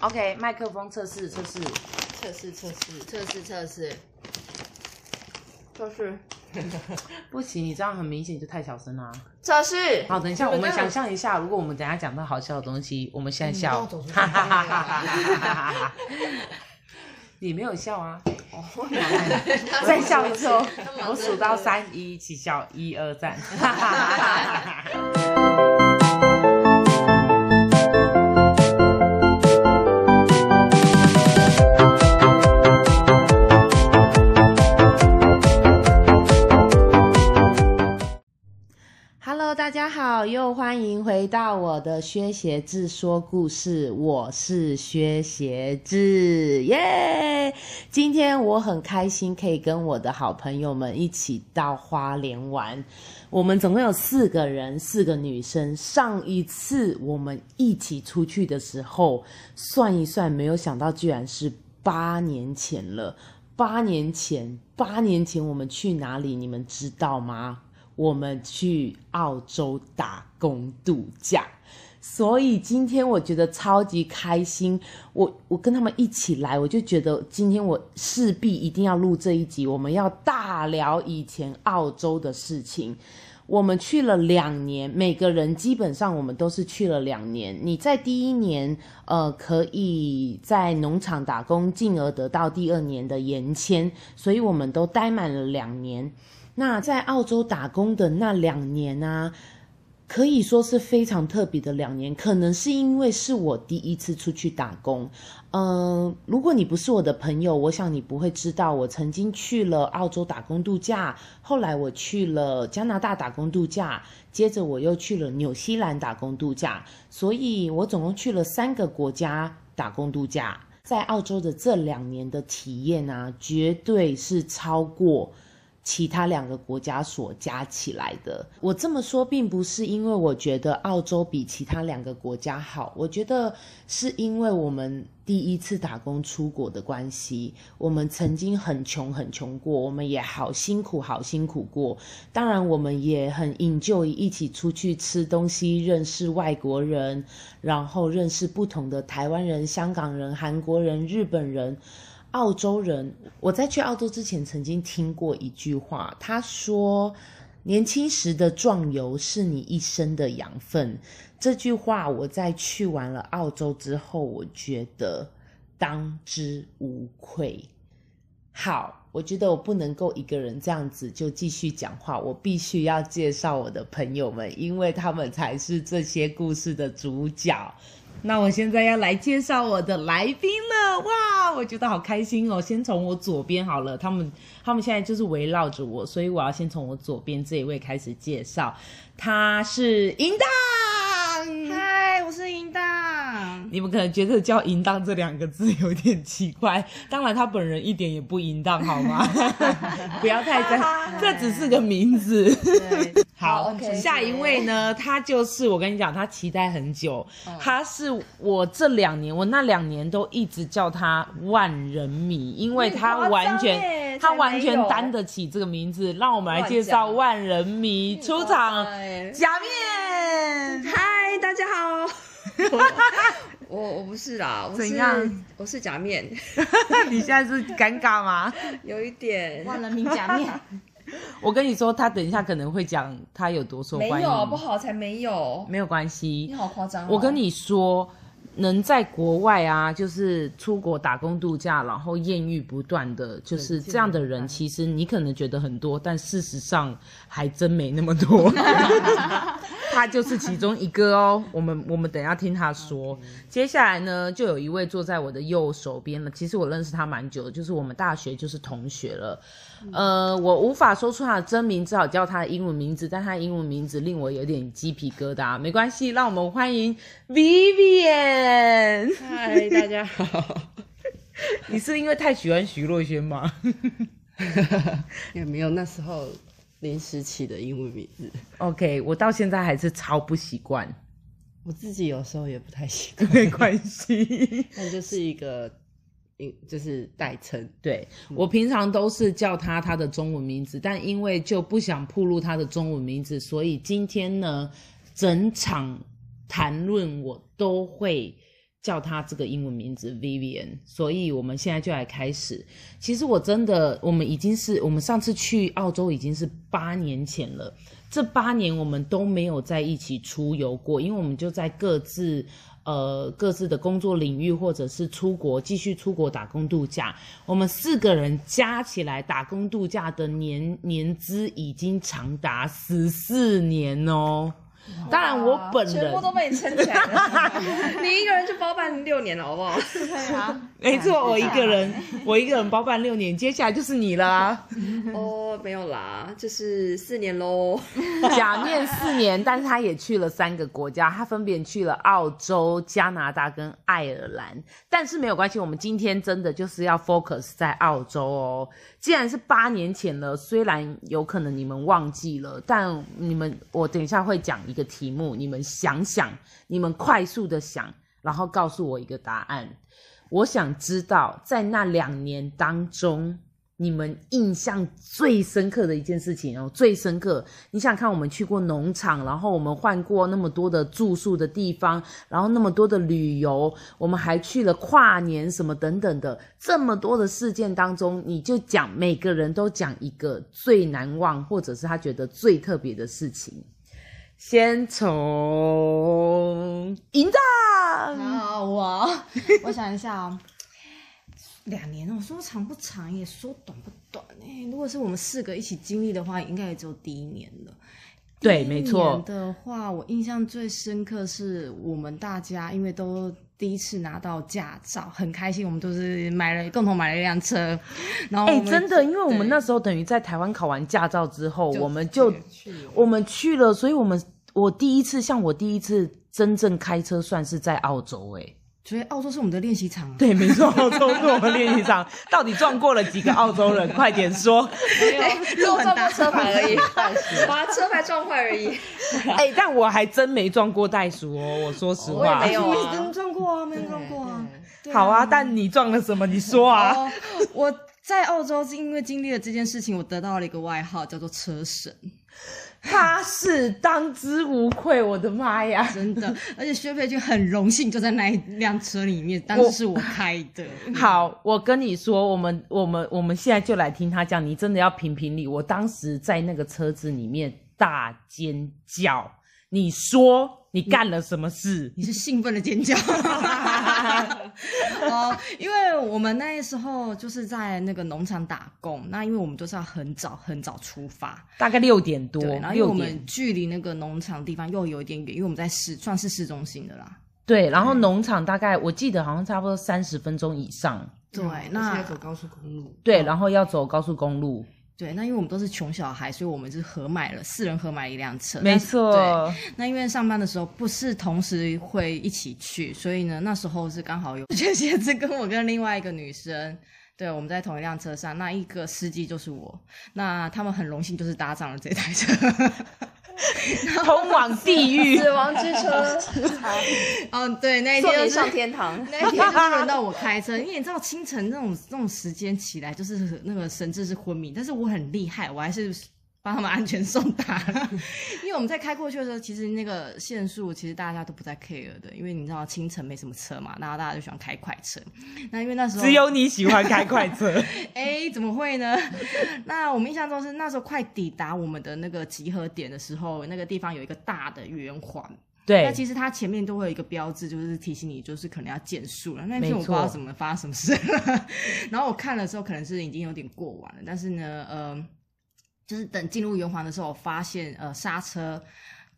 OK，麦克风测试测试测试测试测试测试，测试不行，你这样很明显就太小声啦、测试，好，等一下，你我们们这样想象一下，如果我们等一下讲到好笑的东西，我们现在你让笑我 走出，去哈哈哈哈哈哈！你没有笑啊？再笑一次哦！我数到三，一一起笑，一二 三，哈哈哈哈哈哈！Hello，大家好，又欢迎回到我的薛鞋志说故事，我是薛鞋志，耶、今天我很开心，可以跟我的好朋友们一起到花莲玩。我们总共有四个人，四个女生。上一次我们一起出去的时候，算一算，没有想到居然是八年前了。八年前，八年前我们去哪里？你们知道吗？我们去澳洲打工度假。所以今天我觉得超级开心，我我跟他们一起来，我就觉得今天我势必一定要录这一集，我们要大聊以前澳洲的事情。我们去了两年，每个人基本上我们都是去了两年。你在第一年，呃，可以在农场打工，进而得到第二年的延签，所以我们都待满了两年。那在澳洲打工的那两年啊，可以说是非常特别的两年，可能是因为是我第一次出去打工。嗯，如果你不是我的朋友，我想你不会知道，我曾经去了澳洲打工度假，后来我去了加拿大打工度假，接着我又去了纽西兰打工度假，所以我总共去了三个国家打工度假。在澳洲的这两年的体验啊，绝对是超过其他两个国家所加起来的。我这么说，并不是因为我觉得澳洲比其他两个国家好，我觉得是因为我们第一次打工出国的关系，我们曾经很穷很穷过，我们也好辛苦好辛苦过。当然，我们也很 enjoy 一起出去吃东西，认识外国人，然后认识不同的台湾人、香港人、韩国人、日本人。澳洲人，我在去澳洲之前曾经听过一句话，他说：“年轻时的壮游是你一生的养分。”这句话我在去完了澳洲之后，我觉得当之无愧。好，我觉得我不能够一个人这样子就继续讲话，我必须要介绍我的朋友们，因为他们才是这些故事的主角。那我现在要来介绍我的来宾了，哇，我觉得好开心哦！先从我左边好了，他们他们现在就是围绕着我，所以我要先从我左边这一位开始介绍，他是淫荡。嗨，我是淫荡，你们可能觉得叫“淫荡”这两个字有点奇怪，当然他本人一点也不淫荡，好 吗？不要太在，这只是个名字。对，好好，OK 下一位呢？他就是我跟你讲，他期待很久，嗯他是我这两年，我那两年都一直叫他万人迷，因为他完你很夸张耶全他完才没全有担得起这个名字。让我们来乱介绍讲万人迷出场，嗯哎假 面。嗨，大家好，我 我不是啦，我是怎样我是假面， 你现在是尴尬吗？有一点万人迷假面，我跟你说，他等一下可能会讲他有多受没欢迎，有，啊不好才没有，没有关系你。好夸张哦，我跟你说，能在国外啊，就是出国打工度假，然后艳遇不断的，就是这样的人，其实你可能觉得很多，但事实上还真没那么多。他就是其中一个哦。我们我们等一下听他说。接下来呢，就有一位坐在我的右手边了。其实我认识他蛮久的，就是我们大学就是同学了。呃，我无法说出他的真名，只好叫他的英文名字，但他的英文名字令我有点鸡皮疙瘩。没关系，让我们欢迎 Vivian。嗨，大家好， 你是因为太喜欢徐若瑄吗？也没有那时候临时起的英文名字， OK，我到现在还是超不习惯，我自己有时候也不太习惯， 没关系。 但就是一个英就是代称。嗯对我平常都是叫他他的中文名字，但因为就不想暴露他的中文名字，所以今天呢，整场谈论我都会叫她这个英文名字 Vivian，所以我们现在就来开始。其实我真的，我们已经是我们上次去澳洲已经是八年前了，这八年我们都没有在一起出游过，因为我们就在各自。呃，各自的工作领域，或者是出国继续出国打工度假，我们四个人加起来打工度假的年年资已经长达十四年哦。当然，我本人全部都被你撑起来 了，你一个人就包办六年了，好不好？对啊，没错，我一个人，我一个人包办六年，接下来就是你了啊，哦，没有啦，就是四年喽。假面四年，但是他也去了三个国家，他分别去了澳洲、加拿大跟爱尔兰，但是没有关系，我们今天真的就是要 focus 在澳洲哦。既然是八年前了，虽然有可能你们忘记了，但你们我等一下会讲一个题目，你们想想，你们快速的想，然后告诉我一个答案。我想知道，在那两年当中，你们印象最深刻的一件事情哦，最深刻。你想想看，我们去过农场，然后我们换过那么多的住宿的地方，然后那么多的旅游，我们还去了跨年什么等等的，这么多的事件当中，你就讲每个人都讲一个最难忘，或者是他觉得最特别的事情。先从营长，好，我我想一下哦，两年哦，说长不长，也说短不短哎。如果是我们四个一起经历的话，应该也只有第一年了。对，没错，第一年的话，我印象最深刻是我们大家因为都第一次拿到驾照，很开心，我们都是买了共同买了一辆车，然后哎、我们真的，因为我们对那时候等于在台湾考完驾照之后，就我们就去我们去了，所以我们我第一次像我第一次真正开车算是在澳洲哎、所以澳洲是我们的练习场、啊。对，没错，澳洲是我们练习场，到底撞过了几个澳洲人？快点说！哎路很大，车牌而已， 把车牌撞坏而已。 哎、但我还真没撞过袋鼠哦，我说实我也话。 没有啊我也跟撞过啊，没有撞过啊。对好啊，但你撞了什么？你说啊。哦，我在澳洲是因为经历了这件事情，我得到了一个外号叫做“车神他是当之无愧，我的妈”，呀！真的。而且薛佩君很荣幸就在那一辆车里面，当时是我开的。嗯好，我跟你说，我们我们我们现在就来听他讲，你真的要评评理。我当时在那个车子里面大尖叫，你说你干了什么事？你是兴奋的尖 叫，哦，因为我们那时候就是在那个农场打工，那因为我们就是要很早很早出发，大概六点多，对，然后因为六我点们距离那个农场地方又有一点远，因为我们在市算是市中心的嗯啦，对，然后农场大概我记得好像差不多三十分钟以上，对，嗯而且那要走高速公路，对，然后要走高速公路，对，那因为我们都是穷小孩，所以我们是合买了四人合买了一辆车。没但是错，对，那因为上班的时候不是同时会一起去，所以呢，那时候是刚好有这些是跟我跟另外一个女生。对，我们在同一辆车上，那一个司机就是我，那他们很荣幸就是搭上了这台车， 通往 地狱。死亡之车嗯，对，那一送天就你是上 天堂。那一天就是轮到我开车，因为你知道清晨那种那种时间起来，就是那个神志是昏迷，但是我很厉害，我还是帮他们安全送达。因为我们在开过去的时候，其实那个限速其实大家都不在 care 的，因为你知道清晨没什么车嘛，然后大家就喜欢开快车。那因为那时候 只有你喜欢开快车，哎，怎么会呢？那我们印象中是那时候快抵达我们的那个集合点的时候，那个地方有一个大的圆环，那对，其实它前面都会有一个标志，就是提醒你，就是可能要减速了。那没错天我不知道怎么发生什么事， 然后我看的时候可能是已经有点过晚了，但是呢，呃，就是等进入圆环的时候，我发现呃刹车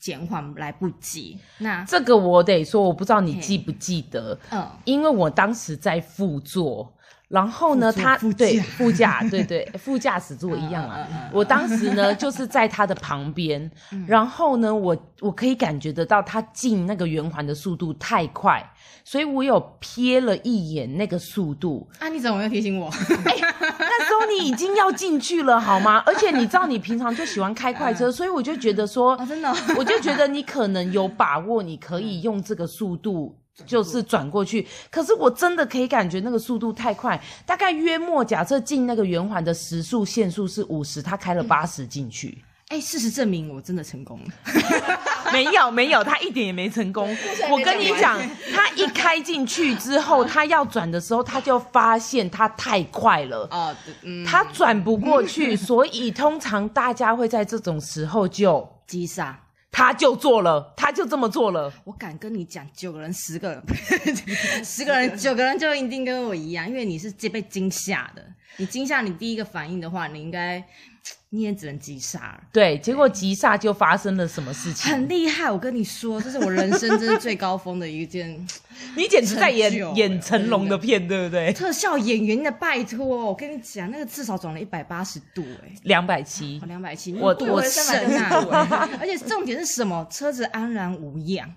减缓来不及。那这个我得说，我不知道你记不记得，嗯，因为我当时在副座，然后呢，副座他副驾对副驾， 对对，副驾驶座一样嗯啊嗯嗯嗯。我当时呢就是在他的旁边，然后呢，我我可以感觉得到他进那个圆环的速度太快，所以我有瞥了一眼那个速度，啊，你怎么又提醒我？ 那时候你已经要进去了，好吗？ 而且你知道你平常就喜欢开快嗯嗯车，所以我就觉得说，啊真的哦我就觉得你可能有把握，你可嗯以用这个速度。就是转过去，可是我真的可以感觉那个速度太快，大概约莫假设进那个圆环的时速限速是五十，他开了八十进去，哎，事实证明我真的成功了。没有没有，他一点也没成功。我跟你 讲，他一开进去之后，他要转的时候，他就发现他太快了，哦，对嗯，他转不过 去，所以通常大家会在这种时候就。击杀。他就做了，他就这么做了。我敢跟你讲，九个人，十个人， 十个人，九个人就一定跟我一样，因为你是被惊吓的。你惊吓，你第一个反应的话，你应该你也只能击杀了。 对，结果吉萨就发生了什么事情？很厉害，我跟你说，这是我人生真是最高峰的一件你简直在演成就演成龙的片，欸对不对？特效演员的拜托，我跟你讲，那个至少转了一百八十度、哎。两百七哦，，两百七，我多我神啊！而且重点是什么？车子安然无恙，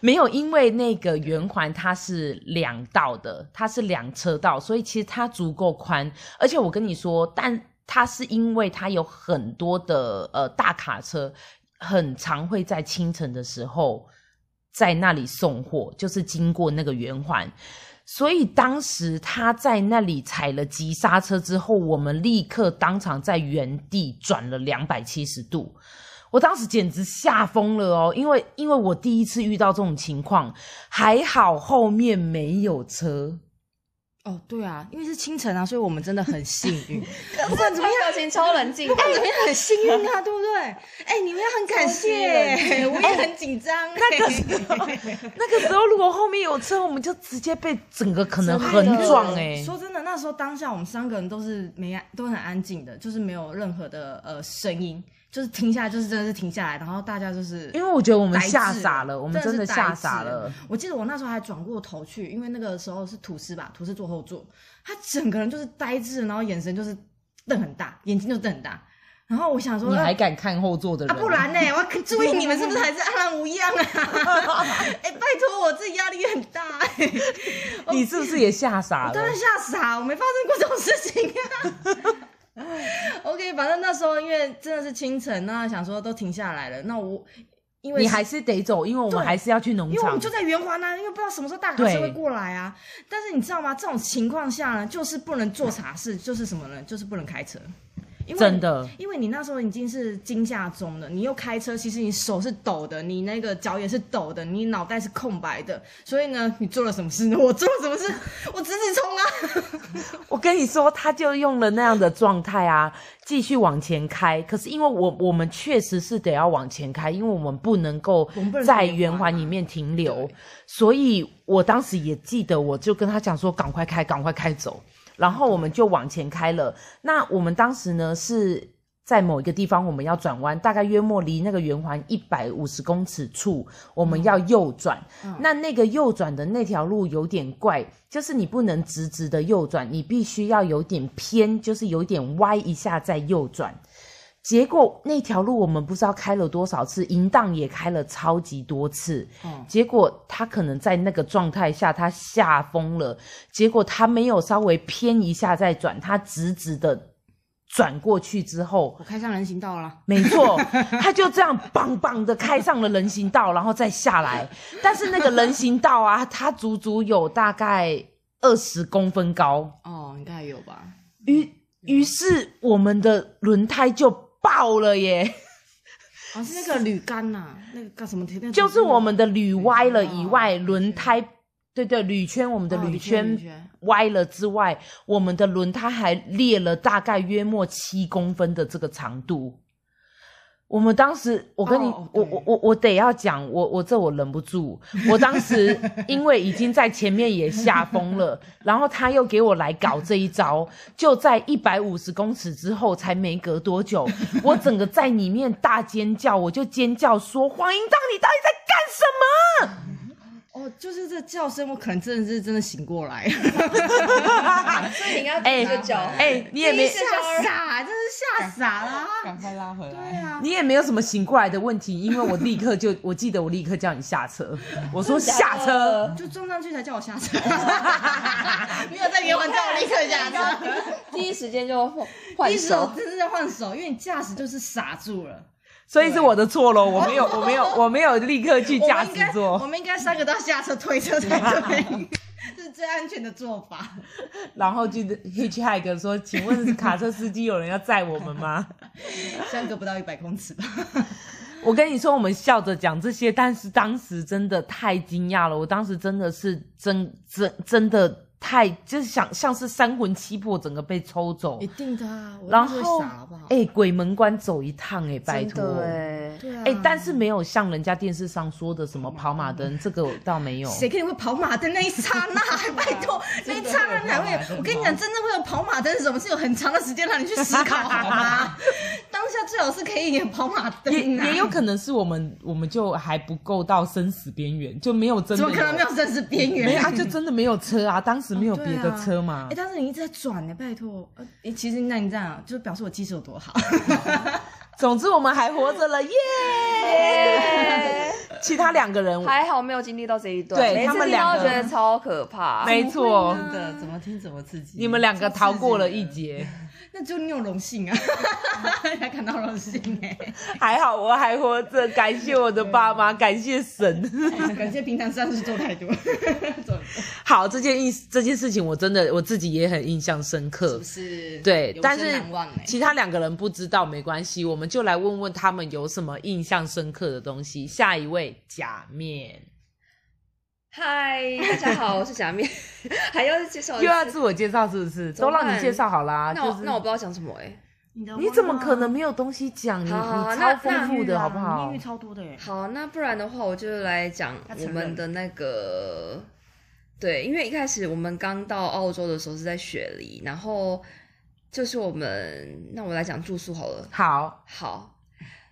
没有，因为那个圆环它是两道的，它是两车道，所以其实它足够宽。而且我跟你说，但它是因为它有很多的呃大卡车，很常会在清晨的时候在那里送货，就是经过那个圆环。所以当时他在那里踩了急刹车之后，我们立刻当场在原地转了两百七十度。我当时简直吓疯了哦，因为因为我第一次遇到这种情况，还好后面没有车。哦，对啊，因为是清晨啊，所以我们真的很幸 运，不管怎么样，表情超冷静的。哎，你们也很幸运啊，对不对？哎，你们要很感谢，我也很紧张。那那个时候如果后面有车，我们就直接被整个可能横撞哎、说真的，那时候当下我们三个人都是没都很安静的，就是没有任何的呃声音，就是停下来，就是真的是停下来，然后大家就是因为我觉得我们呆滞吓傻了，我们真的是呆滞吓傻了。。我记得我那时候还转过头去，因为那个时候是吐司吧，吐司坐后座，他整个人就是呆滞，然后眼神就是瞪很大，眼睛就瞪很大。然后我想说，你还啊敢看后座的啊人？不 然呢？我要注意你们是不是还是安然无恙 啊？哎、拜托，我自己压力也很 大、哎你是不是也吓傻当了然？吓傻，我没发生过这种事情啊。OK，反正那时候因为真的是清晨，那想说都停下来了，那我因为你还是得走，因为我们对还是要去农因为我场们就。在圆环啊，因为不知道什么时候大卡车会过来啊。但是你知道吗？这种情况下呢，就是不能做傻事，就是什么呢？就是不能开车。因为真的，因为你那时候已经是惊吓中了，你又开车，其实你手是抖的，你那个脚也是抖的，你脑袋是空白的，所以呢，你做了什么事呢？ 我做了什么事？我直直冲啊！ 我跟你说，他就用了那样的状态啊，继续往前开。可是因为我我们确实是得要往前开，因为我们不能够我们不能啊在走圆圆环环嘛里面停留，所以我当时也记得，我就跟他讲说，赶快开，赶快开走。然后我们就往前开了。那我们当时呢是在某一个地方，我们要转弯，大概约莫离那个圆环一百五十公尺处，我嗯们要右转。那那个右转的那条路有点怪，就是你不能直直的右转，你必须要有点偏，就是有点歪一下再右转。结果那条路我们不知道开了多少次，淫荡也开了超级多次。哦结果他可能在那个状态下，他吓疯了。结果他没有稍微偏一下再转，他直直的转过去之后，我开上人行道了。没错，他就这样棒棒的开上了人行道，然后再下来。但是那个人行道啊，它足足有大概二十公分高，哦，应该有吧？于于是我们的轮胎就爆了耶。啊，是那个铝杆呐、那个干什么？那个就是我们的铝歪了哦以外，轮胎对对铝圈，我们的哦铝铝圈圈铝圈歪了之外，我们的轮胎还裂了大概约莫七公分的这个长度。我们当时，我跟你，哦我对我我我得要讲，我我这我忍不住，我当 时因为已经在前面也吓疯了，然后他又给我来搞这一招，就在一百五十公尺之后，才没隔多久，我整个在里面大尖叫，我就尖叫说：“黄英章，你到底在干什么？”哦，就是这叫声，我可能真的是真的醒过 来。所以你刚哎刚这个脚，哎、你也没第一次吓傻，真是吓傻啦！赶快拉回来。对啊，你也没有什么醒过来的问题，因为我立刻就 我记得我立刻叫你下车，我说下车，就撞上去才叫我下车， 没有在原环叫我立刻下车。第一时间就 换一手手，真是要换手，因为你驾驶就是傻住了。所以是我的错咯，我没有我没有我没有立刻去我驾们应驶该，我座。 们应该三个都要下车推车才对。这是最安全的做法。然后就 hitchhike 说：“请问卡车司机有人要载我们吗 相隔不到一百公尺吧。？”我跟你说，我们笑着讲这些，但是当时真的太惊讶了。我当时真的是真真真的太就是想像是三魂七魄，整个被抽走一。定的啊，我然一定后会傻好不好？哎、鬼门关走一趟哎、拜真托的哎，对啊，哎、但是没有像人家电视上说的什么跑马灯，这个我倒没有。嗯谁跟你会跑马灯那一刹那？ 拜托，那一刹那哪会有？我跟你讲，真正会有跑马灯是什么？是有很长的时间让你去思考，好吗？当下最好是可以演跑马也灯、啊，也有可能是我们，我们就还不够到生死边缘，就没有真的怎么可能没有真实边缘？ 没有啊，就真的没有车啊，当时没有别的车嘛。哦哎、但是你一直在转呢、拜托。呃，诶其实那你这样，啊就表示我技术有 多好。啊总之我们还活着了，耶！其他两个人，还好没有经历到这一段，对每他次们听到两都个觉得超可怕。没错，真的怎么听怎么刺激。哦你们两个逃过了一劫，那就你有荣 幸啊，还感到荣幸哎、还好我还活着，感谢我的爸嗯妈，感谢神。感谢平常善事做太多，做好，这件意这件事情我真的我自己也很印象深刻。是对永生，但是难忘哎、其他两个人不知道没关系，我们就来问问他们有什么印象深刻的东西。下一位假面嗨，大家好，我是假面， 还要介绍一又次要自我介绍是不是？怎都么办让你介绍好啦，那我、就是那我不知道讲什么哎、你的你怎么可能没有东西讲？你好好好你那超丰富的好不好艳遇？超多的哎、好，那不然的话，我就来讲他承我认们的那个，对，因为一开始我们刚到澳洲的时候是在雪梨，然后就是我们，那我来讲住宿好了。好，好，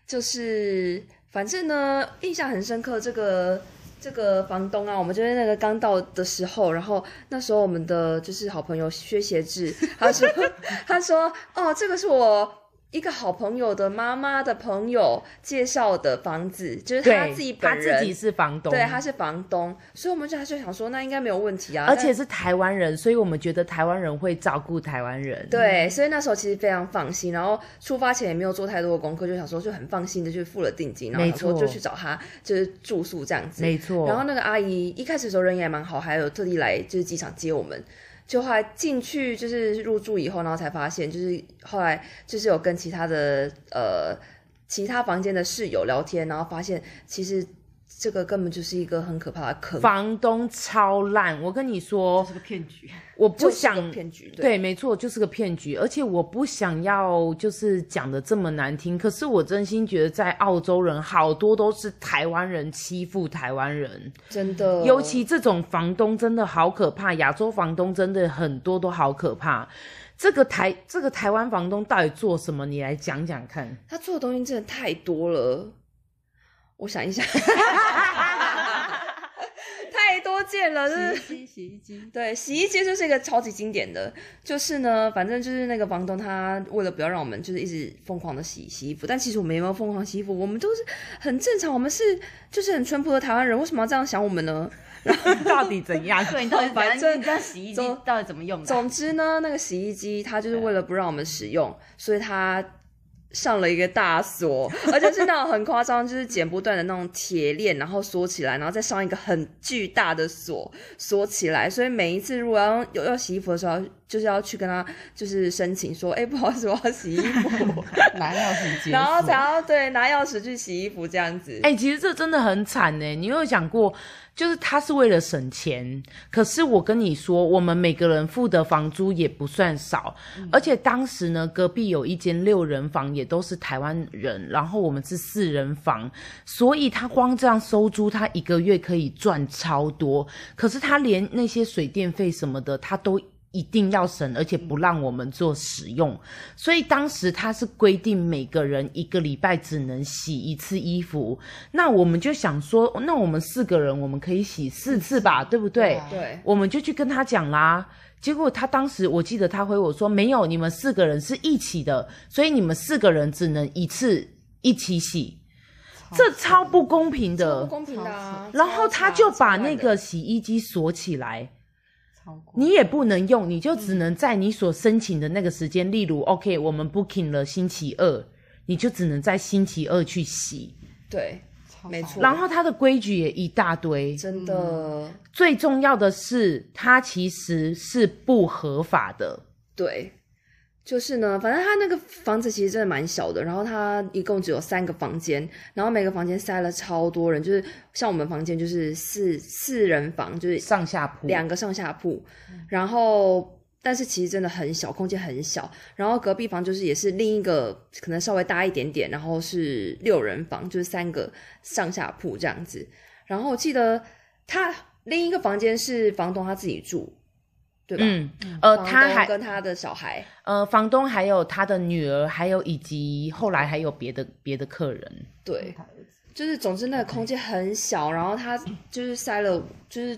就是反正呢，印象很深刻。这个这个房东啊，我们就是那个刚到的时候，然后那时候我们的就是好朋友薛协志， 他说他说哦，这个是我。一个好朋友的妈妈的朋友介绍的房子，就是他对自己他本人，自己是房东，对，他是房东，所以我们就就想说，那应该没有问题啊。而那且是台湾人，所以我们觉得台湾人会照顾台湾人。，对，所以那时候其实非常放心，然后出发前也没有做太多的功课，就想说就很放心的去付了定金，然后没想说错就去找他就是住宿这样子。没错。然后那个阿姨一开始的时候人也蛮好，还有特地来就是机场接我们。就后来进去就是入住以后，然后才发现就是后来就是有跟其他的呃其他房间的室友聊天，然后发现其实这个根本就是一个很可怕的坑，房东超烂，我跟你说，是个骗局，我不就是想个骗局。对对，没错，就是个骗局。而且我不想要就是讲的这么难听，可是我真心觉得在澳洲人好多都是台湾人欺负台湾人，真的，尤其这种房东真的好可怕，亚洲房东真的很多都好可怕。这个台这个台湾房东到底做什么？你来讲讲看。嗯他做的东西真的太多了，我想一 想，太多件了，就是洗衣机，洗衣机。对，洗衣机就是一个超级经典的，就是呢，反正就是那个房东他为了不要让我们就是一直疯狂的洗洗衣服，但其实我们也没有疯狂洗衣服，我们都是很正常，我们是就是很淳朴的台湾人，为什么要这样想我们呢？到底怎样？对，你到底反正你这样洗衣机总到底怎么用的啊？总之呢，那个洗衣机它就是为了不让我们使用，所以它上了一个大锁，而且是那种很夸张，就是剪不断的那种铁链，然后锁起来，然后再上一个很巨大的锁锁起来。所以每一次如果要用有要洗衣服的时候，就是要去跟他就是申请说，哎、不好意思，我要洗衣服，拿钥匙解然后锁才要对拿钥匙去洗衣服这样子。哎、其实这真的很惨呢、你有想过，就是他是为了省钱，可是我跟你说，我们每个人付的房租也不算少，嗯而且当时呢，隔壁有一间六人房，也都是台湾人，然后我们是四人房，所以他光这样收租，他一个月可以赚超多。可是他连那些水电费什么的，他都一定要省，而且不让我们做使用。所以当时他是规定每个人一个礼拜只能洗一次衣服。那我们就想说，那我们四个人我们可以洗四次吧，对不对？对，啊我们就去跟他讲啦。结果他当时我记得他回我说没有，你们四个人是一起的，所以你们四个人只能一次一起洗，这超不公平的不。公平的、啊。然后超他差就把超那烂的个洗衣机锁起来，超过你也不能用，你就只能在你所申请的那个时间，例如嗯 OK，我们 booking 了星期二，你就只能在星期二去洗。对没错然后它的规矩也一大堆，真的，最重要的是它其实是不合法的。对，就是呢，反正他那个房子其实真的蛮小的，然后他一共只有三个房间，然后每个房间塞了超多人，就是像我们房间就是四四人房，就是上下铺两个上下铺，然后。但是其实真的很小，空间很小。然后隔壁房就是也是另一个可能稍微大一点点，然后是六人房，就是三个上下铺这样子。然后我记得他另一个房间是房东他自己住，对吧？嗯，呃，房他东还跟他的小孩，呃，房东还有他的女儿，还有以及后来还有别的别的客人，对，就是总之那个空间很小，然后他就是塞了，就是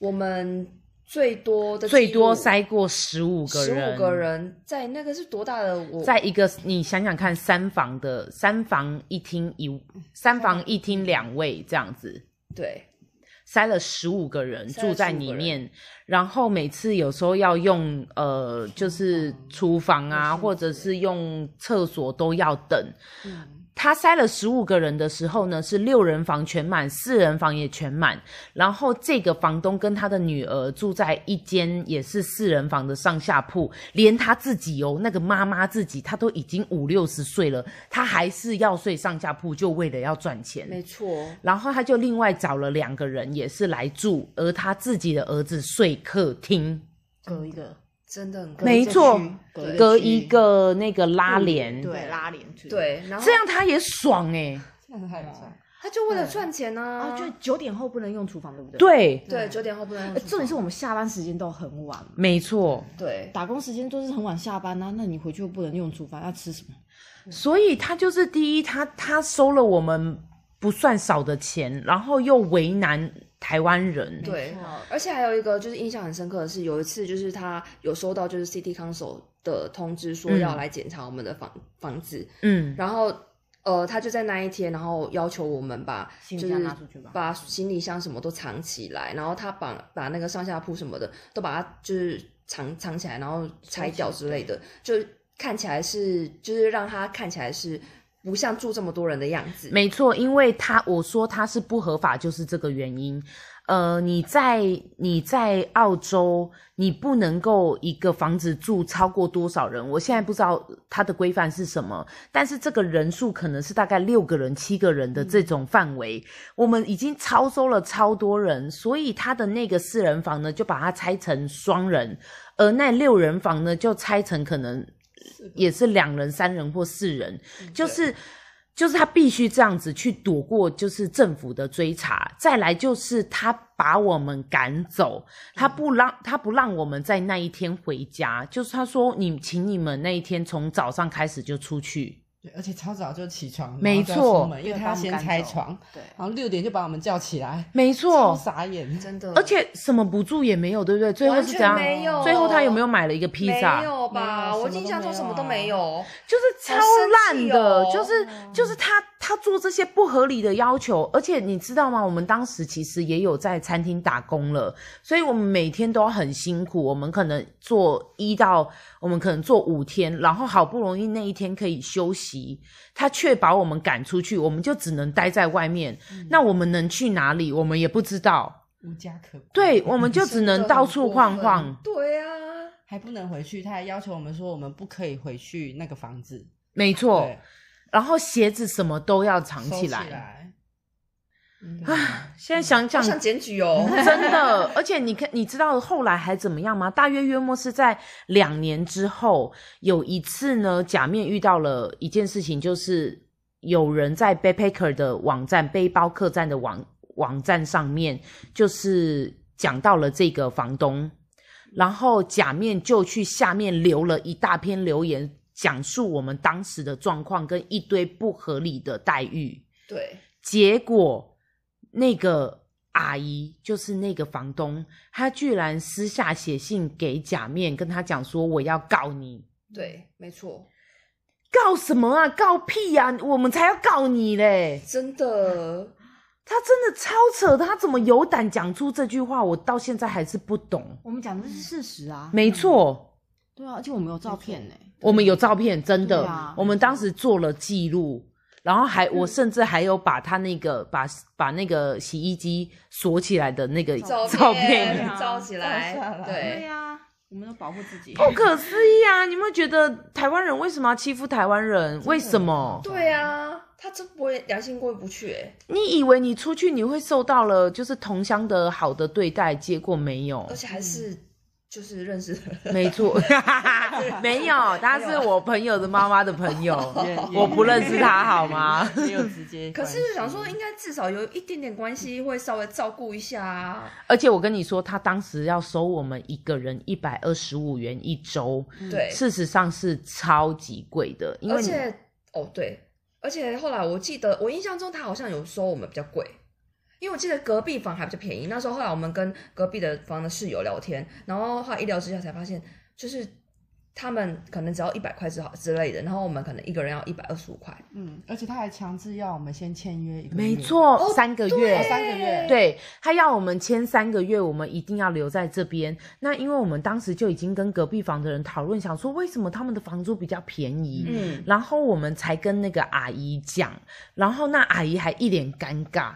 我们最多的最多塞过十五个十人，五个，人，在那个是多大的我在一个你想想看，三房的三房一厅一三房一厅两卫这样子，对塞了十五个人塞了住在15里个面，然后每次有时候要用呃，就是厨房啊，或者是用厕所都要等。他塞了十五个人的时候呢，是六人房全满，四人房也全满。然后这个房东跟他的女儿住在一间也是四人房的上下铺，连他自己哦，那个妈妈自己，她都已经五六十岁了，她还是要睡上下铺，就为了要赚钱。没错，然后他就另外找了两个人也是来住，而他自己的儿子睡客厅，隔一个，真的很高没错，隔隔一个那个拉帘，，对拉帘去，对，然后这样嗯他也爽哎、这样太帅。他就为了赚钱呢、啊，就九点后不能用厨房，对不对？。哦对，对九点后不能呃用，重点是我们下班时间都很晚，没错，对打工时间都是很晚下班啊，那你回去又不能用厨房，要吃什么？所以他就是第一，他他收了我们不算少的钱，然后又为难台湾人，对错，而且还有一个就是印象很深刻的是，有一次就是他有收到就是 City Council 的通知说嗯要来检查我们的房、房子，嗯，然后呃，他就在那一天，然后要求我们把行就李是箱拿出去吧把行李箱什么都藏起来，然后他把把那个上下铺什么的都把它就是藏藏起来，然后拆掉之类的，就看起来是就是让他看起来是不像住这么多人的样子。没错，因为他我说他是不合法，就是这个原因。呃，你在你在澳洲，你不能够一个房子住超过多少人？我现在不知道它的规范是什么，但是这个人数可能是大概六个人、七个人的这种范围。我们已经超收了超多人，所以他的那个四人房呢，就把它拆成双人，而那六人房呢，就拆成可能也是两人、三人或四人，就是就是他必须这样子去躲过就是政府的追查，再来就是他把我们赶走，他不让他不让我们在那一天回家，就是他说你请你们那一天从早上开始就出去，对，而且超早就起床，然没后就要错出门因为对他把我要们先赶拆走床，对然后六点就把我们叫起来，没超错，傻眼，真的，而且什么补助也没有，对不对？最后完是全怎样？没有最后他有没有买了一个披萨？没有吧？没有我什么印象都中没什么有都啊没有。就是超烂的，好生气哦就是就是他他做这些不合理的要求，而且你知道吗？我们当时其实也有在餐厅打工了，所以我们每天都很辛苦，我们可能做一到我们可能做五天，然后好不容易那一天可以休息，他却把我们赶出去，我们就只能待在外面。嗯那我们能去哪里？我们也不知道，无家可归，对，我们就只能到处晃真的很晃。过分。对啊，还不能回去，他还要求我们说我们不可以回去那个房子，没哦错，对，然后鞋子什么都要藏收起起来。来，嗯现在想好想，想检举 哦。真的，而且你看，你知道后来还怎么样吗？大约约莫是在两年之后，有一次呢，假面遇到了一件事情，就是有人在 Backpacker 的网站、背包客栈的网网站上面，就是讲到了这个房东，然后假面就去下面留了一大篇留言，讲述我们当时的状况跟一堆不合理的待遇。对，结果那个阿姨，就是那个房东，她居然私下写信给假面，跟他讲说我要告你，对，没错，告什么啊？告屁呀、我们才要告你嘞！真的。他真的超扯的，他怎么有胆讲出这句话？我到现在还是不懂。我们讲的是事实啊，没错，对啊，而且我们有照片呢、我们有照片，真的，对啊嗯我们当时做了记录。然后还我甚至还有把他那个把把那个洗衣机锁起来的那个照片片，照起来照下，来对啊对，呀，我们要保护自己。不可思议啊！你有没有觉得台湾人为什么要欺负台湾人？为什么？对啊，他真不会良心过意不去哎，你以为你出去你会受到了就是同乡的好的对待，结果没有而。且还是就是认识的 人，没错，没有， 他是我朋友的妈妈的朋友，也我不认识他好吗？没有直接可关系。是想说应该至少有一点点关系，会稍微照顾一下啊。而且我跟你说，他当时要收我们一个人一百二十五元一周，对，事实上是超级贵的，因为而你且哦对，而且后来我记得我印象中他好像有收我们比较贵。因为我记得隔壁房还比较便宜，那时候后来我们跟隔壁的房的室友聊天，然后后来一聊之下才发现，就是他们可能只要一百块之好之类的，然后我们可能一个人要一百二十五块，嗯，而且他还强制要我们先签约一个，没，错，哦三个月，对三个月，对他要我们签三个月，我们一定要留在这边。那因为我们当时就已经跟隔壁房的人讨论，想说为什么他们的房租比较便宜，嗯，然后我们才跟那个阿姨讲，然后那阿姨还一脸尴尬。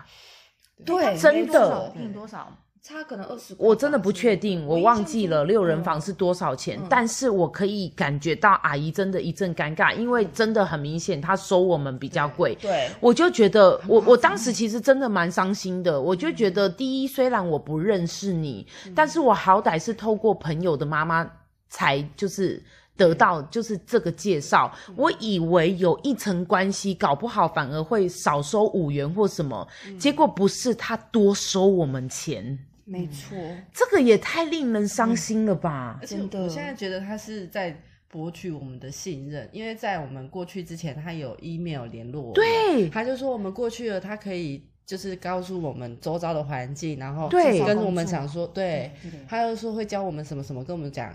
对真多少的骗多少？差可能二十，我真的不确定，我忘记了六人嗯房是多少钱，但是我可以感觉到阿姨真的一阵尴尬，因为真的很明显，她收我们比较贵。对，我就觉得，我我当时其实真的蛮伤心的。我就觉得，第一，虽然我不认识你，嗯但是我好歹是透过朋友的妈妈才就是嗯得到就是这个介绍。我以为有一层关系，搞不好反而会少收五元或什么，嗯结果不是，他多收我们钱，没错， 这个也太令人伤心了吧而！且真的我现在觉得他是在博取我们的信任，因为在我们过去之前，他有 email 联络我们，对他就说我们过去了，他可以就是告诉我们周遭的环境，然后对跟我们讲说，对，他又说会教我们什么什么，跟我们讲。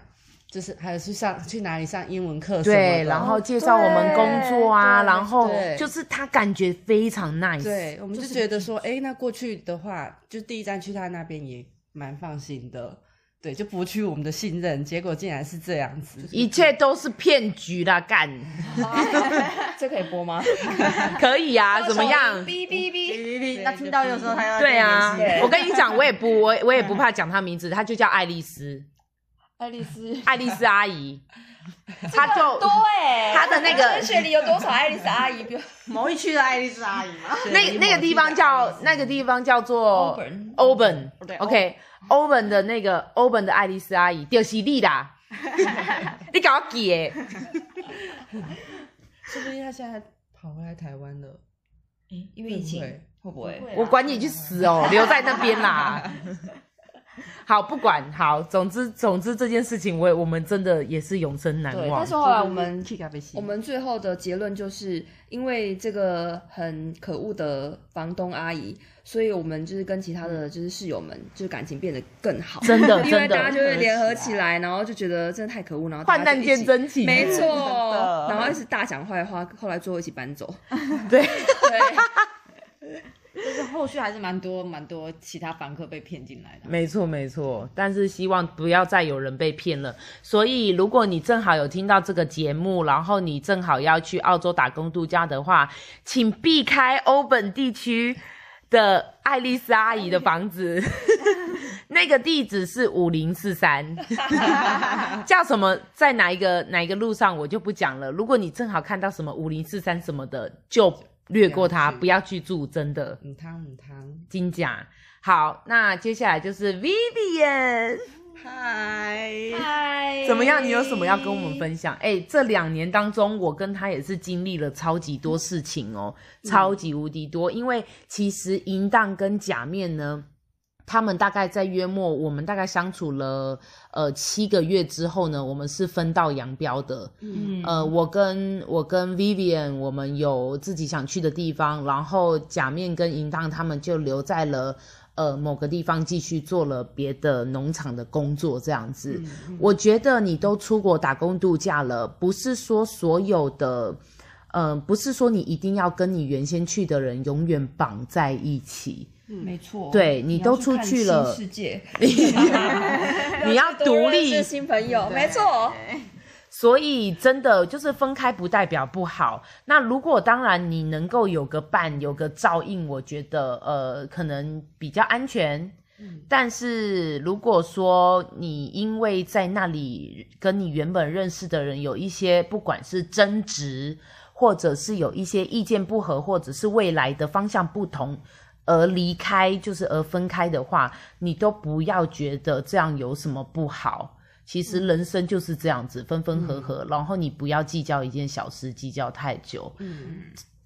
就是还有去上去哪里上英文课什么的对，然后介绍我们工作啊，对然后对就是他感觉非常 nice，对，我们就觉得说，哎、那过去的话，就第一站去他那边也蛮放心的，对，就博取我们的信任，结果竟然是这样子，一切都是骗局啦，干 这可以播吗？可以啊，怎么样？哔哔哔，那听到有时候他要对啊对，我跟你讲，我也不，我我也不怕讲她名字，她就叫爱丽丝，爱丽丝 爱丽丝阿姨，她就哎她的那个学里有多少爱丽丝阿姨？不要某一区的爱丽丝阿姨 嘛，那那个地方叫那个地方叫做 Auburn Open 对 OK Open 的那个 Open 的爱丽丝阿姨丢犀利啦，你搞我记耶，说不定他现在跑回来台湾了。因为疫情会会不会？我管你去死 哦，留在那边啦。好，不管好，总之总之这件事情我也，我们真的也是永生难对，忘但。是后来我们去咖啡西我们最后的结论就是因为这个很可恶的房东阿姨，所以我们就是跟其他的就是室友们就是感情变得更好，真的 因为真的大家就会联合起来，然后就觉得真的太可恶，然后大患家难就一见起真情，没错，的然后一直大讲坏话，后来最后一起搬走。对。对，就是后续还是蛮多蛮多其他房客被骗进来的。没错，没错，但是希望不要再有人被骗了。所以，如果你正好有听到这个节目，然后你正好要去澳洲打工度假的话，请避开欧本地区的爱丽丝阿姨的房子，那个地址是五零四三，叫什么？在哪一个哪一个路上我就不讲呃了。如果你正好看到什么五零四三什么的，就略过它，啊不要去住，真的。嗯汤嗯汤，金甲。好，那接下来就是 Vivian，嗨，嗨怎么样？你有什么要跟我们分享？哎、这两年当中，我跟他也是经历了超级多事情哦，嗯超级无敌多。因为其实淫荡跟假面呢，他们大概在约莫我们大概相处了呃七个月之后呢，我们是分道扬镳的。嗯呃，我跟我跟 Vivian，我们有自己想去的地方，然后假面跟淫荡他们就留在了呃某个地方，继续做了别的农场的工作，这样子。嗯我觉得你都出国打工度假了，不是说所有的。呃，不是说你一定要跟你原先去的人永远绑在一起，没错，对你都要出看去新了世界你要多独 认识立，新朋友，没错，所以真的就是分开不代表不好。那如果当然你能够有个伴，有个照应，我觉得呃可能比较安全。但是如果说你因为在那里跟你原本认识的人有一些不管是争执，或者是有一些意见不合，或者是未来的方向不同而离开，就是而分开的话，你都不要觉得这样有什么不好。其实人生就是这样子，分分合合，然后你不要计较一件小事，计较太久。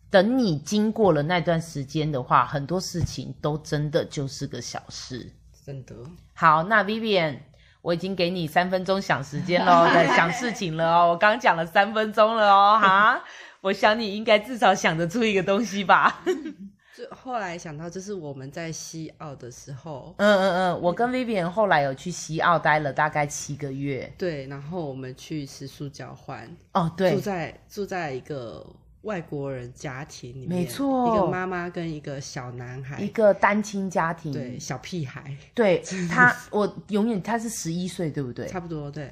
等你经过了那段时间的话，很多事情都真的就是个小事。真的，好，那 Vivian，我已经给你三分钟想时间 喽，对想事情了哦。我刚讲了三分钟了哦， 哈，我想你应该至少想得出一个东西吧。嗯就后来想到，就是我们在西澳的时候，嗯嗯，我跟 Vivian 后来有去西澳待了大概七个月。对，然后我们去食宿交换，哦，住对，在住在一个外国人家庭里面，没错一个妈妈跟一个小男孩，一个嗯单亲家庭，对小屁孩，对，他，我永远他是十一岁，对不对？差不多对，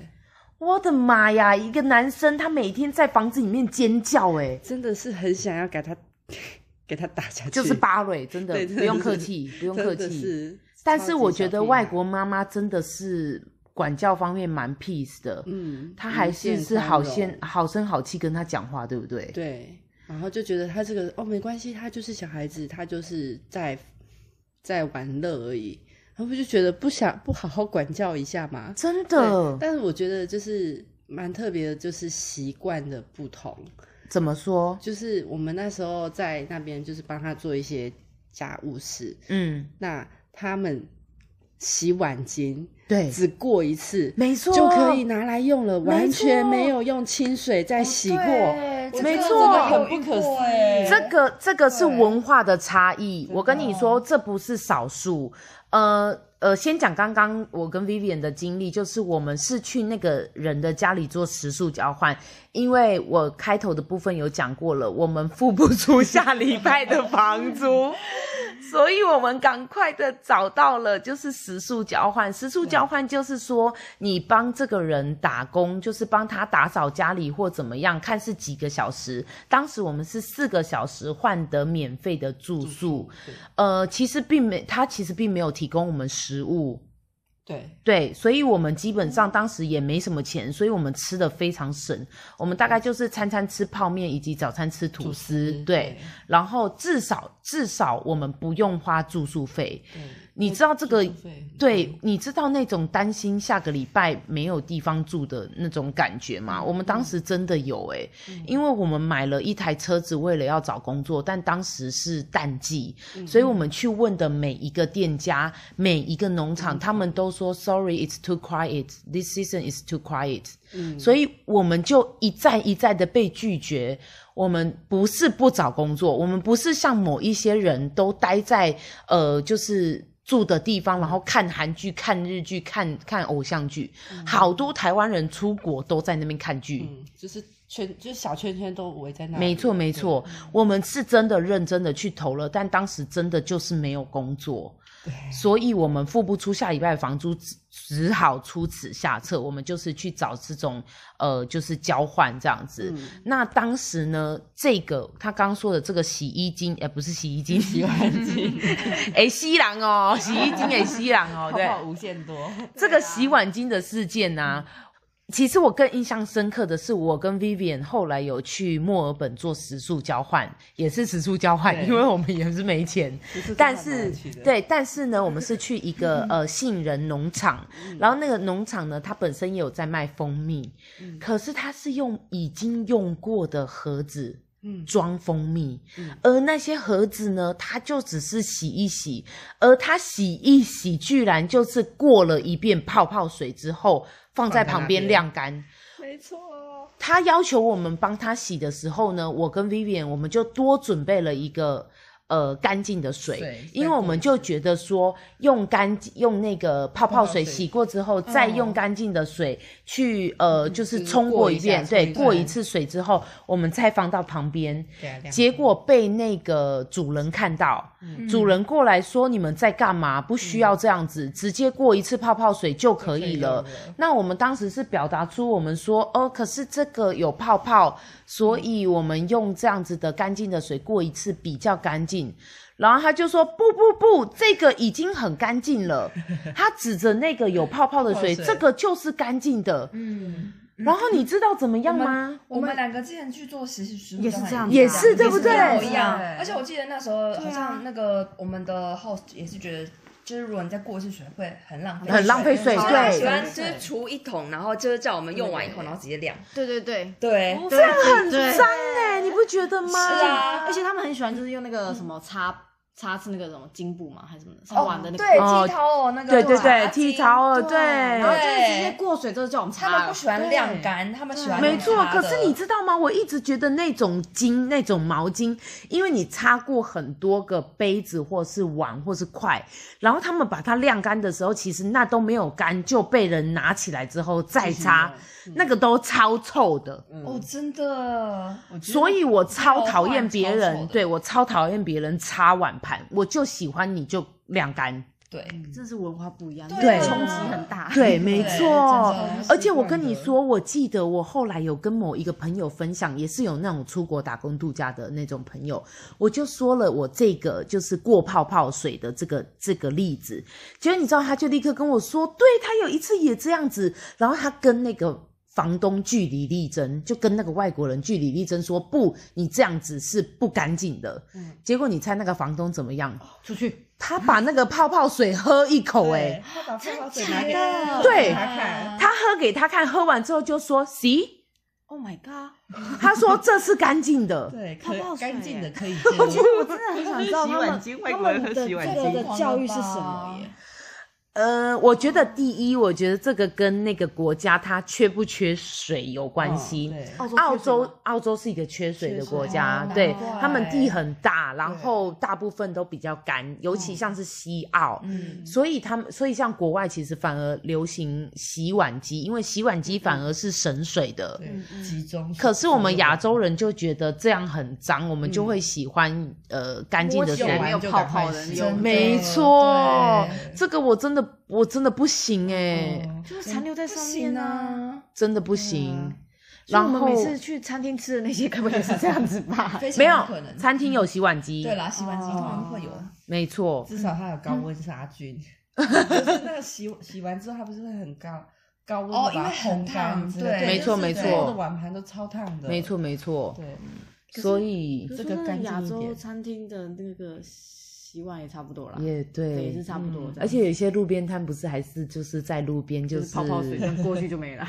我的妈呀！一个男生他每天在房子里面尖叫、哎，真的是很想要给他 给他打下去，就是巴瑞，真的对真的不用是客气，不用客真的气。是但是我觉超得级小屁孩外国妈妈真的是管教方面蛮 peace 的，嗯，她还无是限是好宽先容好声好气跟他讲话，对不对？对，然后就觉得他这个哦没关系，他就是小孩子，他就是在在玩乐而已，然后我就觉得不想不好好管教一下嘛，真对，的，但是我觉得就是蛮特别的，就是习惯的不同。怎么说？就是我们那时候在那边，就是帮他做一些家务事。嗯，那他们洗碗巾对，只过一次没错，就可以拿来用了，完全错没有用清水再洗过。这我没觉得错真的很不可思有遇议。这个这个是文化的差异，我跟你说，这不是少数。呃呃，先讲刚刚我跟 Vivian 的经历，就是我们是去那个人的家里做食宿交换，因为我开头的部分有讲过了，我们付不出下礼拜的房租。所以我们赶快的找到了，就是食宿交换。食宿交换就是说，你帮这个人打工，就是帮他打扫家里或怎么样，看是几个小时。当时我们是四个小时换得免费的住宿，呃，其实并没，他其实并没有提供我们食物。对，对，所以我们基本上当时也没什么钱，所以我们吃的非常省。我们大概就是餐餐吃泡面，以及早餐吃吐司。对，然后至少至少我们不用花住宿费。你知道这个？对，你知道那种担心下个礼拜没有地方住的那种感觉吗？我们当时真的有诶、因为我们买了一台车子，为了要找工作，但当时是淡季，所以我们去问的每一个店家、每一个农场，他们都说 “Sorry, it's too quiet. This season is too quiet.” 嗯所以我们就一再一再的被拒绝。我们不是不找工作，我们不是像某一些人都待在呃，就是住的地方，然后看韩剧、看日剧、看看偶像剧。好多台湾人出国都在那边看剧。嗯，就是圈，就是小圈圈都围在那嗯里。没错，没错，我们是真的认真的去投了，但当时真的就是没有工作，所以我们付不出下礼拜的房租，只只好出此下策。我们就是去找这种呃，就是交换这样子。嗯那当时呢，这个他刚说的这个洗衣精，呃，不是洗衣精，洗碗 精，哎，西郎哦，洗衣精哎，西郎哦，对，无限多。这个洗碗巾的事件呢、其实我更印象深刻的是，我跟 Vivian 后来有去墨尔本做食宿交换，也是食宿交换，对因为我们也是没钱。但是对，但是呢，我们是去一 个呃杏仁农场，然后那个农场呢，它本身也有在卖蜂蜜，可是它是用已经用过的盒子。装蜂蜜，而那些盒子呢，它就只是洗一洗，而它洗一洗，居然就是过了一遍泡泡水之后，放在旁边晾干。没错，他要求我们帮他洗的时候呢，我跟 Vivian 我们就多准备了一个呃干净的水，水因为我们就觉得说用干净用那个泡泡水洗过之后，再用干净的水去呃就是冲过一遍，过一下对，冲一下过一次水之后，我们再放到旁边，对啊两个结果被那个主人看到，主人过来说你们在干嘛？不需要这样子，直接过一次泡泡水就可以了。那我们当时是表达出我们说，哦、可是这个有泡泡，所以我们用这样子的干净的水过一次比较干净。然后他就说：“不不不，这个已经很干净了。”他指着那个有泡泡的水，水这个就是干净的。嗯。然后你知道怎么样吗？我们两个之前去做实习实也是这样子啊也是对不对一模一样对。而且我记得那时候好啊像那个我们的 host 也是觉得。就是如果你再过一次水，会很浪费，很浪费水所以对他喜欢就是除一桶，然后就是叫我们用完以后，然后直接晾。对对对，对，这样很脏哎、你不觉得吗？是啊而且他们很喜欢就是用那个什么擦擦是那个什么巾布嘛，还是什么的擦哦完的那个，对，哦剃头哦，那个对对茶对，巾剃头了，然后对。就是直接过水之后叫我们他擦了，们不喜欢晾干，他们喜欢没错用，擦可的是你知道吗？我一直觉得那种巾、那种毛巾，因为你擦过很多个杯子或是碗或是筷，然后他们把它晾干的时候，其实那都没有干，就被人拿起来之后再擦，那个都超臭的。哦，真的，嗯所以我超讨厌别超臭人，的对我超讨厌别人擦碗盘，我就喜欢你就晾干。对，真是文化不一样，对冲击很啊大。对，没对错真的。而且我跟你说，我记得我后来有跟某一个朋友分享，也是有那种出国打工度假的那种朋友，我就说了我这个就是过泡泡水的这个这个例子，结果你知道，他就立刻跟我说，对他有一次也这样子，然后他跟那个。房东据理力争，就跟那个外国人据理力争说不，你这样子是不干净的。嗯结果你猜那个房东怎么样？哦出去他把那个泡泡水喝一口、哎，他把泡泡水拿给的对他看，他喝给他看，喝完之后就说 “see”， ，Oh my god！他说这是干净的。对，可泡泡水干净的可以嗯接我觉得我真的很想知道他洗们碗巾外他国人们喝的洗这碗个巾的教育是什么耶？呃，我觉得第一，我觉得这个跟那个国家它缺不缺水有关系。对澳洲澳洲澳洲是一个缺水的国家，缺水对哦难怪他们地很大，然后大部分都比较嗯干，尤其像是西澳，嗯所以他们所以像国外其实反而流行洗碗机，因为洗碗机反而是省水的。对集中。可是我们亚洲人就觉得这样很脏，我们就会喜欢、呃干净的摸起水来完没有就泡赶快泡的洗有真的没错对，这个我真的我真的不行哎、嗯就是残留在不上面行呢。啊，真的不行。啊所然以我后们每次去餐厅吃的那些，该不会也是这样子吧？非常没有可能，餐厅有洗碗机，对啦，洗碗机通常会有，没错，至少它有高温杀菌。就是那个洗洗完之后，它不是会很高高温哦地把它因为很烘干烫之类的对没错就是没错所有的碗盘都超烫的，没。错没错。对，所以这个干亚净一洲点餐厅的那个洗碗也差不多啦，也对，也对是，差不多这样子。而且有些路边摊不是还是就是在路边就就是是泡泡水，但过去就没了。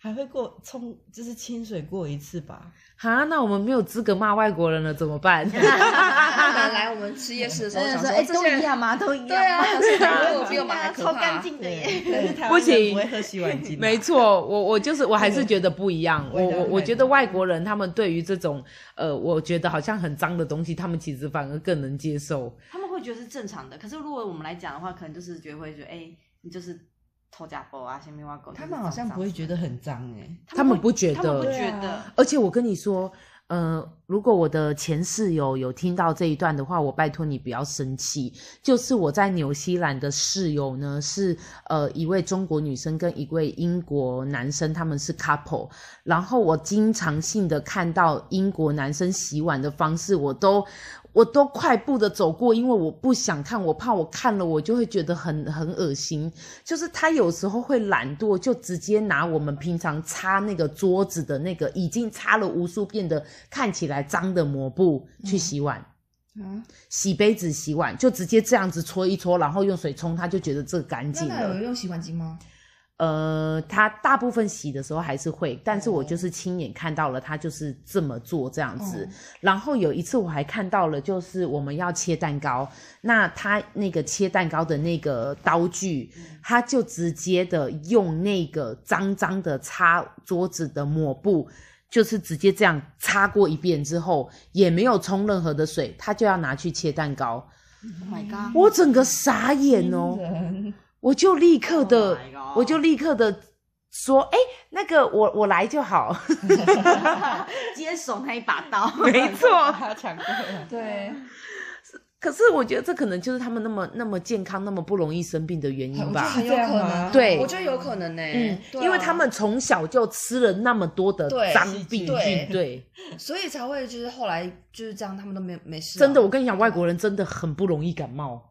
还会过冲，就是清水过一次吧。哈，那我们没有资格骂外国人了，怎么 办？他们啊来我们吃夜市的时候想说，哎，这都些一人样嘛，都一样。对啊，这些人如果比我们还啊，可超怕干净的耶。但是台不湾人行不会喝洗碗巾啊，没错，我我就是我还是觉得不一样。我味道我我太觉得外国人他们对于这种呃，我觉得好像很脏的东西，他们其实反而更能接受。他们会觉得是正常的，可是如果我们来讲的话，可能就是觉得会觉得，哎，你就是偷假包啊，先面挖狗。他们好像不会觉得很脏哎、他们不觉他们不得，觉得。而且我跟你说，呃，如果我的前室友有听到这一段的话，我拜托你不要生气。就是我在纽西兰的室友呢，是呃一位中国女生跟一位英国男生，他们是 couple。然后我经常性的看到英国男生洗碗的方式，我都我都快步的走过，因为我不想看，我怕我看了我就会觉得很很恶心。就是他有时候会懒惰，就直接拿我们平常擦那个桌子的那个已经擦了无数遍的看起来脏的抹布去洗碗。洗杯子、洗碗，就直接这样子搓一搓，然后用水冲，他就觉得这个干那净那有了。用洗碗巾吗？呃，他大部分洗的时候还是会，但是我就是亲眼看到了他就是这么做这样哦子。然后有一次我还看到了，就是我们要切蛋糕，那他那个切蛋糕的那个刀具，嗯他就直接的用那个脏脏的擦桌子的抹布。就是直接这样擦过一遍之后，也没有冲任何的水，他就要拿去切蛋糕。 Oh my god！我整个傻眼哦，我就立刻的 Oh my god 我就立刻的说，哎、那个我我来就好。 接手那一把刀，没错他抢过了。对，啊可是我觉得这可能就是他们那么那么健康、那么不容易生病的原因吧。很有可这样能，吗对啊我觉得有可能呢、嗯，对啊因为他们从小就吃了那么多的对脏细病菌菌，对，所以才会就是后来就是这样，他们都没有没事啊、真的，我跟你讲，外国人真的很不容易感冒。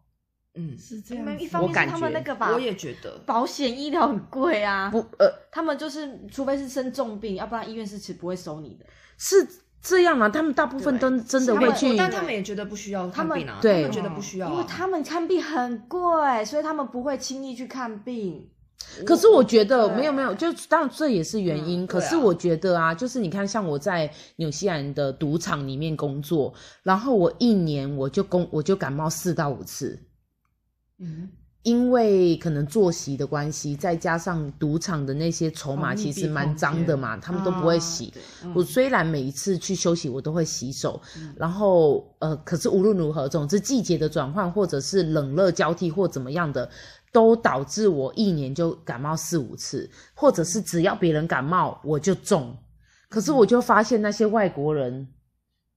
嗯，是这样他们一子，方我面感是他们觉那个吧我，也觉得，保险医疗很贵啊，不，呃，他们就是除非是生重病，要不然医院是其实不会收你的。是这样啊，他们大部分都真是的他会们去，但他们也觉得不需要看病啊，对他们觉得不需要、啊，因为他们看病很贵，所以他们不会轻易去看病。可是我觉得对没有没有，就当然这也是原因。嗯可是我觉得啊，就是你看，像我在纽西兰的赌场里面工作，然后我一年我就工我就感冒四到五次，嗯，因为可能作息的关系，再加上赌场的那些筹码哦密其闭实蛮空脏的间嘛，他们都不会洗。我虽然每一次去休息，我都会洗手，然后呃，可是无论如何，总之季节的转换，或者是冷热交替或怎么样的，都导致我一年就感冒四五次，或者是只要别人感冒我就中。可是我就发现那些外国人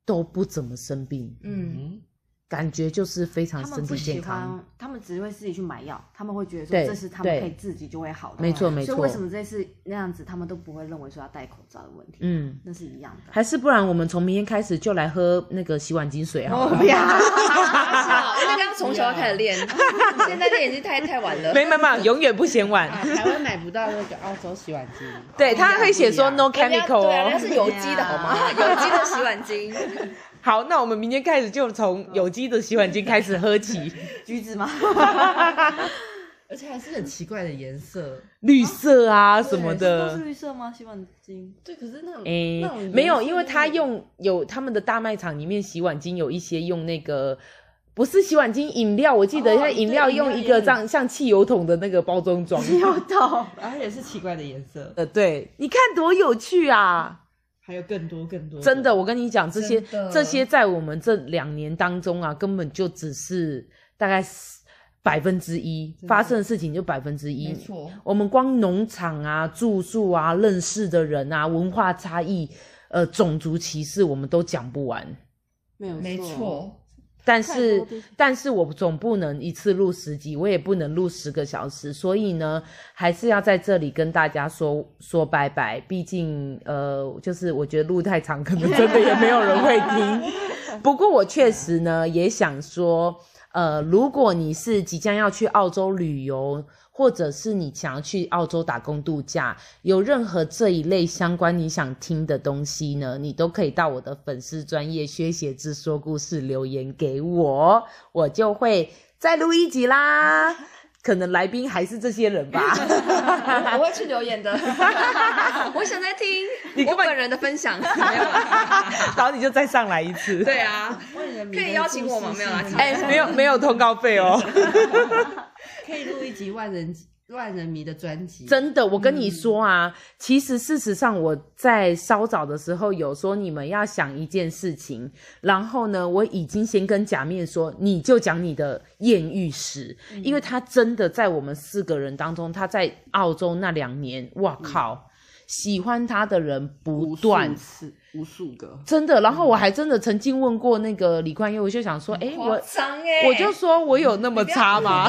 都不怎么生病，嗯，感觉就是非常他身们不体健喜康。欢，他们只会自己去买药，他们会觉得对说这是他们对可以自己就会好的。没错没错所以为什么这次那样子，他们都不会认为说要戴口罩的问 题？嗯，那是一样的。还是不然，我们从明天开始就来喝那个洗碗精水好哦了。因为刚刚从小就开始 练，现在练已经太太晚了。没没没，永远不嫌晚。啊台湾买不到那个澳洲洗碗哦机，对他会写说 no 人家哎 chemical 对啊，人家哦。是有机的好吗？啊有机的洗碗巾， 好，那我们明天开始就从有机的洗碗精开始喝 起，橘子吗？而且还是很奇怪的颜色。绿色啊什么都是的。绿色吗？洗碗巾？哦对，可是那种诶那种颜色没有，因为他用有他们的大卖场里面洗碗巾有一些用那个。不是洗碗巾，饮料我记得哦它饮料对饮料用一个也有像像汽油桶的那个包 装装。有到。然后啊也是奇怪的颜色，呃，对，你看多有趣啊！还有更多更多。真的，，我跟你讲，这些真的这些在我们这两年当中啊，根本就只是大概百分之一发生的事情就百分之一，没错。我们光农场啊、住宿啊、认识的人啊、文化差异、呃、种族歧视，我们都讲不完。没有没错，但太是多地方，但是我总不能一次录十集，我也不能录十个小时，所以呢，还是要在这里跟大家说说拜拜。毕竟，呃，就是我觉得录太长，可能 真的也没有人会 听。不过，我确实呢也想说，呃，如果你是即将要去澳洲旅游，或者是你想要去澳洲打工度假，有任何这一类相关你想听的东西呢，你都可以到我的粉丝专业薛写志说故事留言给我，我就会再录一集 啦。可能来宾还是这些 人吧，我会去 留言的。我想再听你我根本本人的分享，啊然后你就再上来一次。对啊，可以邀请我吗？没有啦， 哎、没有没有通告费哦。可以录一集万人万人迷的专辑。真的，我跟你说啊，其实事实上我在稍早的时候有说你们要想一件事情，然后呢，我已经先跟假面说，你就讲你的艳遇史，因为他真的在我们四个人当中，他在澳洲那两年，哇靠，喜欢他的人不无数断。次，无数个。真的，然后我还真的曾经问过那个李冠佑，我就想说，哎、我夸张哎，我就说我有那么差吗？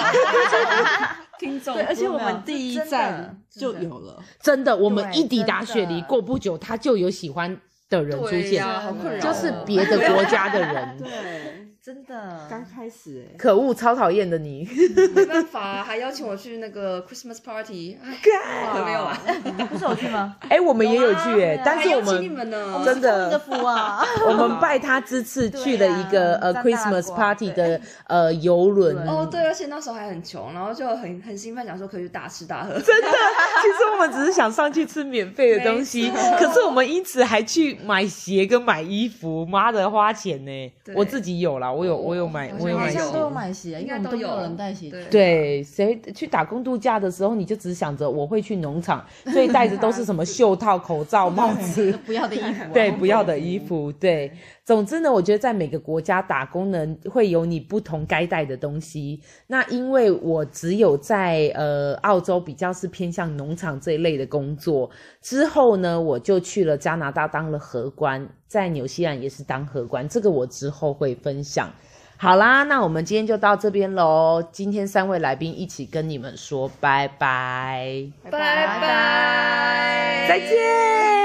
听众对，而且我们第一真的站就真的有了，真的，我们对一抵达真的雪梨，过不久他就有喜欢的人出对现，哎呀，好困扰就哦，是别的国家的人。对，真的。刚开始哎，可恶，超讨厌的你！没办法啊，还邀请我去那个 Christmas party，哎，有没有啊？不是有去吗？哎、我们也啊有去哎、 但是还我邀请你们们呢，真的的，福啊！ 我 们拜他之赐去了一个、呃对啊 Christmas 张大 party 广对的呃游轮。哦，对，而且那时候还很穷，然后就很很兴奋，想说可以去大吃大喝。 真的，其实我们只是想上去吃免费的东 西，没哦错可是我们因此还去买鞋跟买衣服，妈的花钱呢、对我自己有啦，吧？哦我有我有买，我有好买像鞋都。有买鞋应该 都有人带鞋对对，谁去打工度假的时候，你就只想着我会去农场，所以带着都是什么袖套、口罩、帽子， 不要的衣服、啊，对，不要的衣服，对。总之呢，我觉得在每个国家打工呢，会有你不同该带的东西。那因为我只有在呃澳洲比较是偏向农场这一类的工作，之后呢，我就去了加拿大当了荷官，在纽西兰也是当荷官，这个我之后会分享。好啦，那我们今天就到这边喽。今天三位来宾一起跟你们说拜拜，拜拜，再见。